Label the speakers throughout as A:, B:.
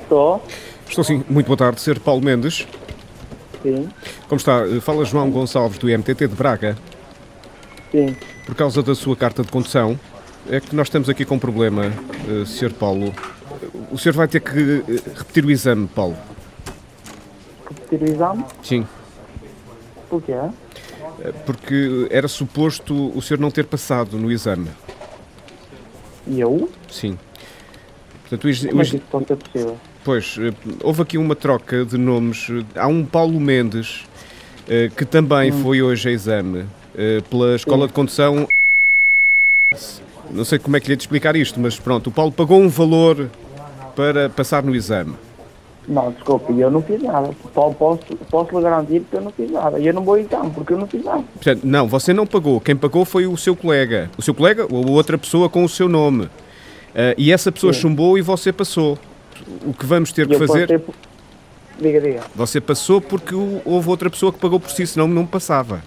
A: Estou,
B: Estou sim, muito boa tarde, Sr. Paulo Mendes.
A: sim,
B: Como está? Eh, Fala João Gonçalves do IMTT de Braga.
A: sim.
B: Por causa da sua carta de condução, é que nós estamos aqui com um problema, eh, Sr. Paulo. O senhor vai ter que eh, repetir o exame, Paulo.
A: Repetir o exame?
B: Sim.
A: Porquê?
B: Porque eh, era suposto o senhor não ter passado no exame.
A: E eu?
B: Sim. Portanto, o, engen- o
A: Como é que
B: engen-
A: isso pode ser possível?
B: Pois, eh, houve aqui uma troca de nomes. Há um Paulo Mendes, eh, que também
A: Hum.
B: foi hoje a exame, eh, pela Escola de Condução. Não sei como é que lhe hei de explicar isto, mas pronto, o Paulo pagou um valor para passar no exame.
A: Não, desculpe, eu não fiz nada. Só posso, posso lhe garantir que eu não fiz nada. E eu não vou ao exame, porque eu não fiz nada.
B: Portanto, não, você não pagou. Quem pagou foi o seu colega. O seu colega ou outra pessoa com o seu nome. Eh, e essa pessoa chumbou e você passou. O que vamos ter
A: E
B: que
A: eu
B: fazer.
A: passei por... Diga, diga.
B: Você passou porque o- houve outra pessoa que pagou por si, senão não passava.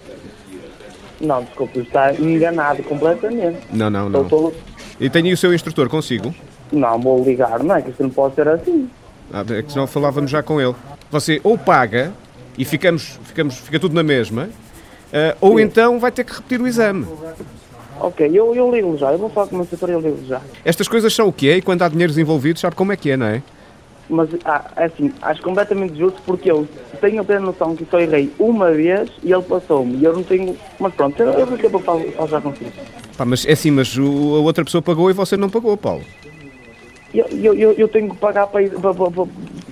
A: Não, desculpe, está enganado completamente.
B: Não, não,
A: Eu
B: não.
A: estou...
B: E tenho o seu instrutor consigo?
A: Não, vou ligar, não é? Que isto não pode ser assim.
B: Ah, é que senão falávamos já com ele. Você ou paga e ficamos, ficamos, fica tudo na mesma, ah, ou então vai ter que repetir o exame.
A: Ok, eu, eu ligo já. Eu vou falar com o meu setor e eu ligo já.
B: Estas coisas são o que é e quando há dinheiros envolvidos sabe como é que é, não é?
A: Mas, ah, é assim, acho completamente justo porque eu tenho a plena noção que só errei uma vez e ele passou-me. E eu não tenho... Mas pronto, eu, eu vou ter para fal- falar consigo.
B: Pá, mas é assim, mas o- a outra pessoa pagou e você não pagou, Paulo.
A: Eu, eu, eu, eu tenho que pagar para, ir- para, para, para,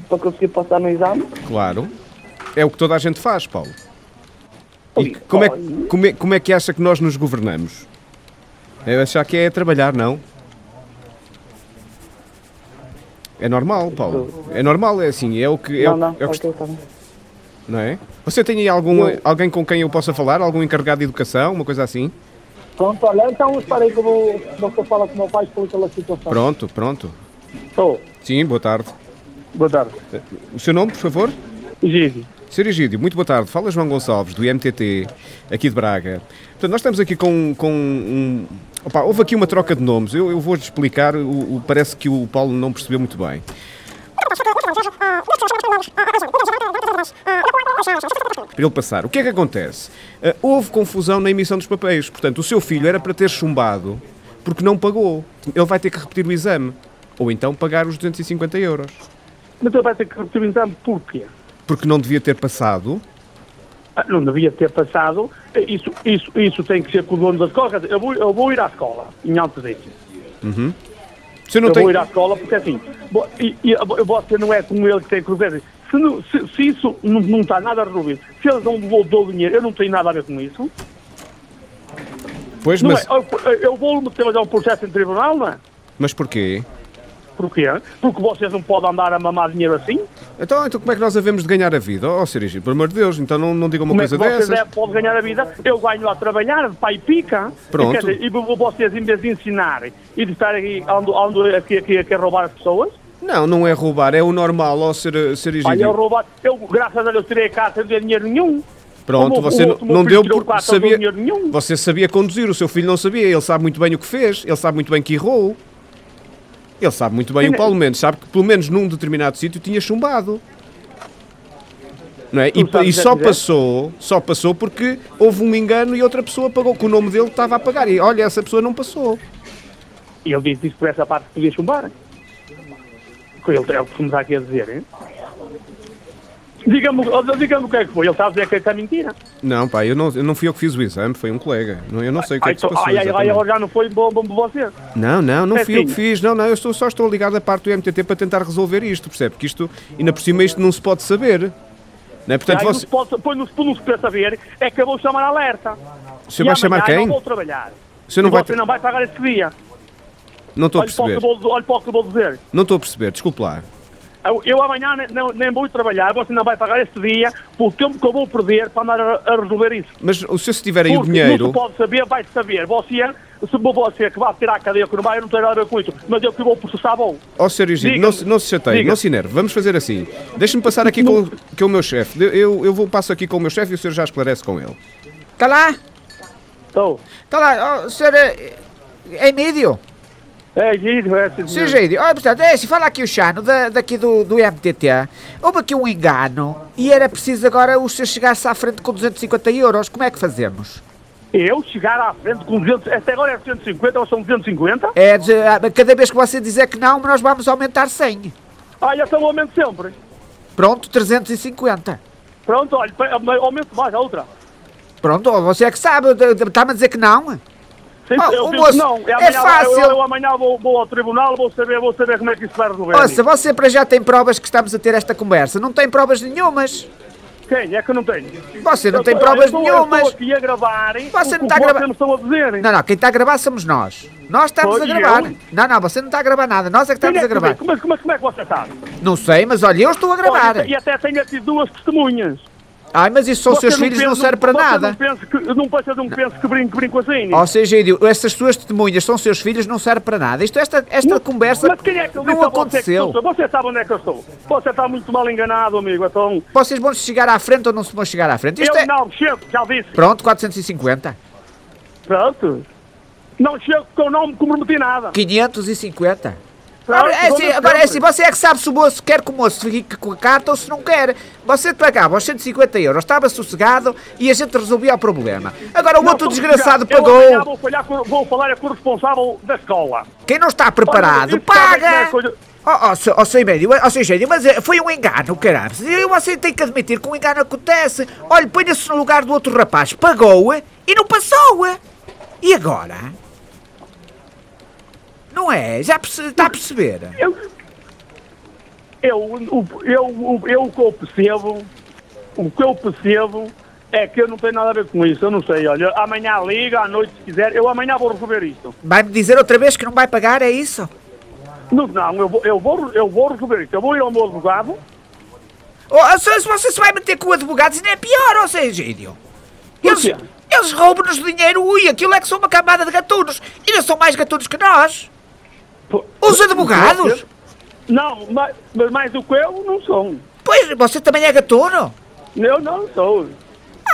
A: para conseguir passar no exame?
B: Claro. É o que toda a gente faz, Paulo. E
A: Ui,
B: que- como é,
A: oh,
B: que- como, é, como é que acha que nós nos governamos? É achar que é trabalhar, não? É normal, Paulo. É normal, é assim. É o que. É
A: Não,
B: o,
A: não,
B: é o que-
A: ok, tá bom.
B: não é? Você tem aí algum,
A: Eu-
B: alguém com quem eu possa falar? Algum encarregado de educação? Uma coisa assim?
C: Pronto, olha, então espera aí que eu vou, você fala com o meu pai e explica a situação.
B: Pronto, pronto.
C: Estou.
B: Sim, boa tarde.
C: Boa tarde.
B: O seu nome, por favor?
C: Gigi.
B: Sr. Egídio, muito boa tarde. Fala João Gonçalves, do MTT, aqui de Braga. Portanto, nós estamos aqui com, com um... Opa, houve aqui uma troca de nomes. Eu, eu vou-lhe explicar. O, o- parece que o Paulo não percebeu muito bem. Para ele passar. O que é que acontece? Ah, houve confusão na emissão dos papéis. Portanto, o seu filho era para ter chumbado porque não pagou. Ele vai ter que repetir o exame. Ou então pagar os 250 euros.
C: Mas ele vai ter que repetir o exame porquê?
B: Porque não devia ter passado
C: Ah, Não devia ter passado. Eh, Isso, isso, isso tem que ser com o dono da escola. Quer dizer, eu vou, eu vou ir à escola, em antecedência.
B: Se não
C: Eu
B: tem...
C: vou ir à escola porque assim, bo- e, e, e você não é como ele que tem que resolver. Se, não- se, se isso não, não está nada resolvido, se eles não devolveu o dinheiro, eu não tenho nada a ver com isso.
B: Pois,
C: Não
B: mas,
C: é? Eu, eu vou meter olhar um processo em tribunal, não é?
B: mas porquê?
C: Porquê? Porque vocês não podem andar a mamar dinheiro assim?
B: Então, então como é que nós havemos de ganhar a vida? Oh, Sr. Egídio, pelo amor de Deus, então não, não diga uma
C: Como é que
B: coisa
C: vocês
B: dessas.
C: é, podem ganhar a vida? Eu ganho a trabalhar, pai pica.
B: Pronto.
C: E, quer dizer, e vo- vocês, em vez de ensinarem e de estar aqui, ando, ando aqui, aqui, aqui a roubar as pessoas,
B: Não, não é roubar, é o normal, ó, Sr. Sr.
C: aí eu
B: Egídio.
C: roubar. Eu, graças a Deus, tirei a carta, não dei dinheiro nenhum.
B: Pronto,
C: Como o
B: você não,
C: outro, meu
B: não
C: filho
B: deu
C: tirou
B: porque
C: quatro, não deu
B: sabia...
C: dinheiro nenhum.
B: Você sabia conduzir, o seu filho não sabia, ele sabe muito bem o que fez, ele sabe muito bem que errou. Ele sabe muito bem,
C: Sim,
B: o Paulo Mendes sabe que pelo menos num determinado sítio tinha chumbado. Não é? E,
C: Tu sabes
B: e só
C: dizer?
B: passou, só passou porque houve um engano e outra pessoa pagou, que o nome dele estava a pagar. E olha, essa pessoa não passou.
C: E ele disse isso por essa parte que podia chumbar. Que ele é o que estamos aqui a dizer, hein? Diga-me diga o que é que foi. Ele está a dizer que é mentira.
B: Não, pá, eu não, eu não fui eu que fiz o exame, foi um colega. Não, eu não sei o que é
C: Ai,
B: que se
C: então,
B: passou.
C: ai, ai, ai,
B: exatamente.
C: agora já não foi bom, bom para você.
B: Não, não, não
C: É
B: fui eu que
C: assim.
B: fiz. Não, não, eu estou, só estou ligado à parte do MTT para tentar resolver isto, percebe? Porque isto, ainda por cima, isto não se pode saber. Não é? Portanto,
C: Aí
B: você,
C: não Põe-nos para saber, é que eu vou chamar alerta.
B: o senhor vai chamar
C: amanhã
B: quem?
C: Não vou trabalhar.
B: O senhor não
C: E
B: vai.
C: você não vai pagar esse dia.
B: Não estou a
C: Olha para, o que
B: perceber.
C: eu vou, olha para o que eu vou dizer.
B: Não estou a perceber, desculpe lá.
C: Eu, eu amanhã ne- não- nem vou trabalhar, você não vai pagar esse dia, por tempo que eu vou perder para andar a, a resolver isso.
B: Mas o senhor, se tiverem o
C: Porque não
B: dinheiro.
C: se pode saber, vai saber. Você, se for você que vai tirar a cadeia que não vai, eu não tenho nada a ver com isso. Mas eu que vou processar, vou.
B: Ó, oh, Sr. Egídio,
C: Diga-me.
B: não, se- não se chateie,
C: Diga.
B: não se enerve. Vamos fazer assim. Deixe-me passar aqui com, com o meu chefe. Eu- Eu, eu vou passo aqui com o meu chefe e o senhor já esclarece com ele.
D: Está Tá lá, tá
C: Então,
D: está lá, oh, senhor eh, Emílio,
C: É giro, é assim.
D: Sr. Jair, olha, portanto, é assim, fala aqui o Chano, da, daqui do, do MTT. Houve aqui um engano e era preciso agora o senhor chegar-se à frente com 250 euros. Como é que fazemos?
C: Eu chegar à frente com 200, até agora é 250 ou são 250?
D: É, de- ah, cada vez que você dizer que não, nós vamos aumentar 100.
C: Olha, então aumento sempre.
D: Pronto, 350.
C: Pronto, olha, pe- aumento mais, a outra.
D: Pronto, você é que sabe, de- de- está-me a dizer que não?
C: Sim,
D: Ah,
C: eu
D: o
C: digo
D: moço,
C: que não.
D: é
C: amanhã,
D: fácil.
C: Eu, eu amanhã vou, vou ao tribunal, vou saber, vou saber como é que isso vai resolver.
D: Ouça, você para já tem provas que estamos a ter esta conversa. Não tem provas nenhumas.
C: Quem? É que eu não tenho.
D: Você não
C: Eu
D: tem
C: tô-
D: provas
C: eu tô- Eu
D: nenhumas.
C: estou aqui a gravar.
D: Você não tá a gravar.
C: Vocês me estão a dizer.
D: Não, tá não, quem está a gravar somos nós. Nós estamos
C: Sou
D: a gravar.
C: eu?
D: Não, não, você não está a gravar nada. Nós é que
C: Quem
D: estamos
C: é
D: a
C: que-
D: gravar.
C: Mas como, é- como é que você sabe?
D: Não sei, mas olha, eu estou a gravar.
C: Olha, E até tenho aqui duas testemunhas.
D: Ai, mas isso são
C: Você
D: seus filhos, não
C: pensa-
D: serve para
C: você
D: nada.
C: Não pensa que, não, pensa, não pensa que brinco, brinco assim.
D: Ou seja, Edio, essas suas testemunhas são seus filhos, não serve para nada. Isto, esta, esta conversa
C: Mas quem é que eu
D: não
C: disse a você que
D: aconteceu.
C: eu sou? Você sabe onde é que eu estou. Você está muito mal enganado, amigo. Então,
D: Vocês vão chegar à frente ou não se vão chegar à frente? Isto
C: eu
D: é...
C: não chego, já disse.
D: Pronto, 450.
C: Pronto. Não chego porque eu não me comprometi nada.
D: 550.
C: Claro,
D: Agora, é
C: vamos
D: assim,
C: sempre.
D: agora é assim, você é que sabe se o moço quer que o moço fique com a carta ou se não quer. Você pagava os 150 euros, estava sossegado e a gente resolvia o problema. Agora o
C: Não,
D: outro
C: vou
D: desgraçado
C: chegar. Eu amanhã
D: pagou.
C: vou, falhar com- vou falar é com o responsável da escola.
D: Quem não está preparado,
C: isso também não é
D: paga!
C: coisa-
D: Ó, ó, seu- ó, seu Imédio, ó, seu Eugênio, mas eh, foi um engano, caralho. E você tem que admitir que um engano acontece. Olha, ponha-se no lugar do outro rapaz. Pagou eh, e não passou. eh. E agora? Não é? Já perce- está a perceber?
C: Eu, eu, o- eu, o- eu, o que eu percebo, o que eu percebo é que eu não tenho nada a ver com isso. Eu não sei, olha, amanhã liga, à noite se quiser, eu amanhã vou resolver isto.
D: Vai-me dizer outra vez que não vai pagar, é isso?
C: Não, não, eu vou, eu vou, eu vou resolver isto. Eu vou ir ao meu advogado.
D: Ou oh, se se você se vai meter com advogados, ainda é pior, ou seja, Egídio. Eles,
C: quê?
D: eles roubam-nos dinheiro, ui, aquilo é que são uma camada de gatunos. E não são mais gatunos que nós.
C: Pô,
D: Os advogados?
C: Não, mas, mas mais do que eu, não sou.
D: Pois, você também é gatuno.
C: Eu não sou.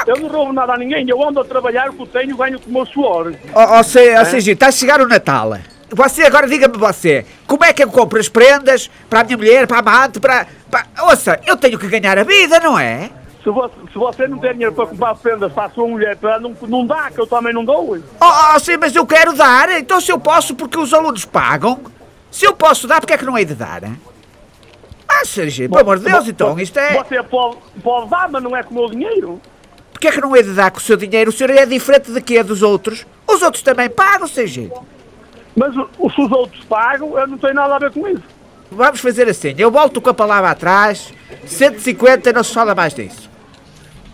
C: Eu não roubo nada a ninguém. Eu ando a trabalhar o que eu tenho, ganho com o meu suor.
D: Ó, oh, seja, está a chegar o Natal. Você, agora diga-me você, como é que eu compro as prendas para a minha mulher, para a amante, para... para... Ouça, eu tenho que ganhar a vida, não é?
C: Se você, se você não tem dinheiro para comprar prendas para a sua mulher, para ela não, não dá, que eu também não dou.
D: Oh, oh, sim, mas eu quero dar. Então se eu posso, porque os alunos pagam. Se eu posso dar, porque é que não hei de dar? hein? Ah, Sergi, pelo amor de Deus,
C: Vo-
D: então,
C: vo-
D: isto é...
C: Você pode, pode dar, mas não é com o meu dinheiro.
D: Porque é que não hei de dar com o seu dinheiro? O senhor é diferente de quê? Dos outros? Os outros também pagam, Sergi.
C: Mas o- o- se os outros pagam, eu não tenho nada a ver com isso.
D: Vamos fazer assim, eu volto com a palavra atrás, 150 e não se fala mais disso.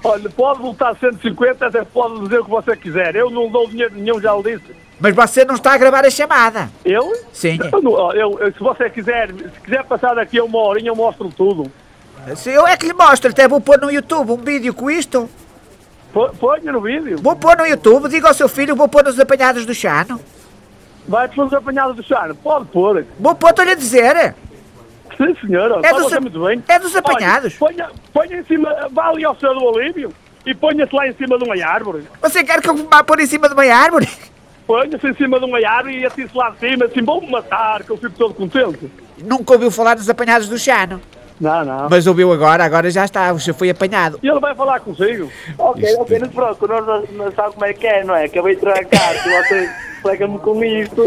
C: Olha, pode voltar 150, até pode dizer o que você quiser. Eu não dou dinheiro nenhum, já o disse.
D: Mas você não está a gravar a chamada.
C: Eu?
D: Sim.
C: Eu não- ó, eu- eu- se você quiser, se quiser passar daqui a uma horinha, eu mostro tudo.
D: Se eu é que lhe mostro, até vou pôr no YouTube um vídeo com isto.
C: Pô- Ponha no vídeo.
D: Vou pôr no YouTube, diga ao seu filho, vou pôr nos apanhados do Chano.
C: Vai pelos apanhados do char. Pode pôr.
D: Vou pôr, estou-lhe a dizer.
C: Sim, senhora.
D: É
C: Está
D: dos
C: você
D: ap-
C: muito bem.
D: é dos apanhados.
C: Olha, ponha, ponha em cima, vá ali ao seu do Olívio e ponha-se lá em cima de uma árvore.
D: Você quer que eu vá pôr em cima de uma árvore?
C: Ponha-se em cima de uma árvore e atire-se lá de cima, assim, vou-me matar, que eu fico todo contente.
D: Nunca ouviu falar dos apanhados do Chano.
C: Não, não.
D: Mas ouviu agora, agora já está, você foi apanhado.
C: E ele vai falar consigo.
A: Ok,
B: Isto-
A: ok, não se preocupe, nós não sabe como é que é, não é? Acabei de trancar, se você pega-me com isto.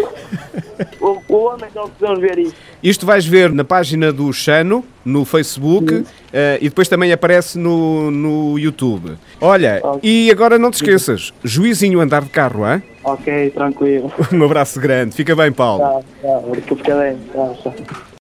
A: O, o homem não precisamos ver isto.
B: Isto vais ver na página do Xano, no Facebook, eh, e depois também aparece no, no YouTube. Olha, e agora não te esqueças, juizinho andar de carro, hã?
A: Ok, tranquilo.
B: Um abraço grande. Fica bem, Paulo.
A: Tá, tá, brincadeira, tá, tá.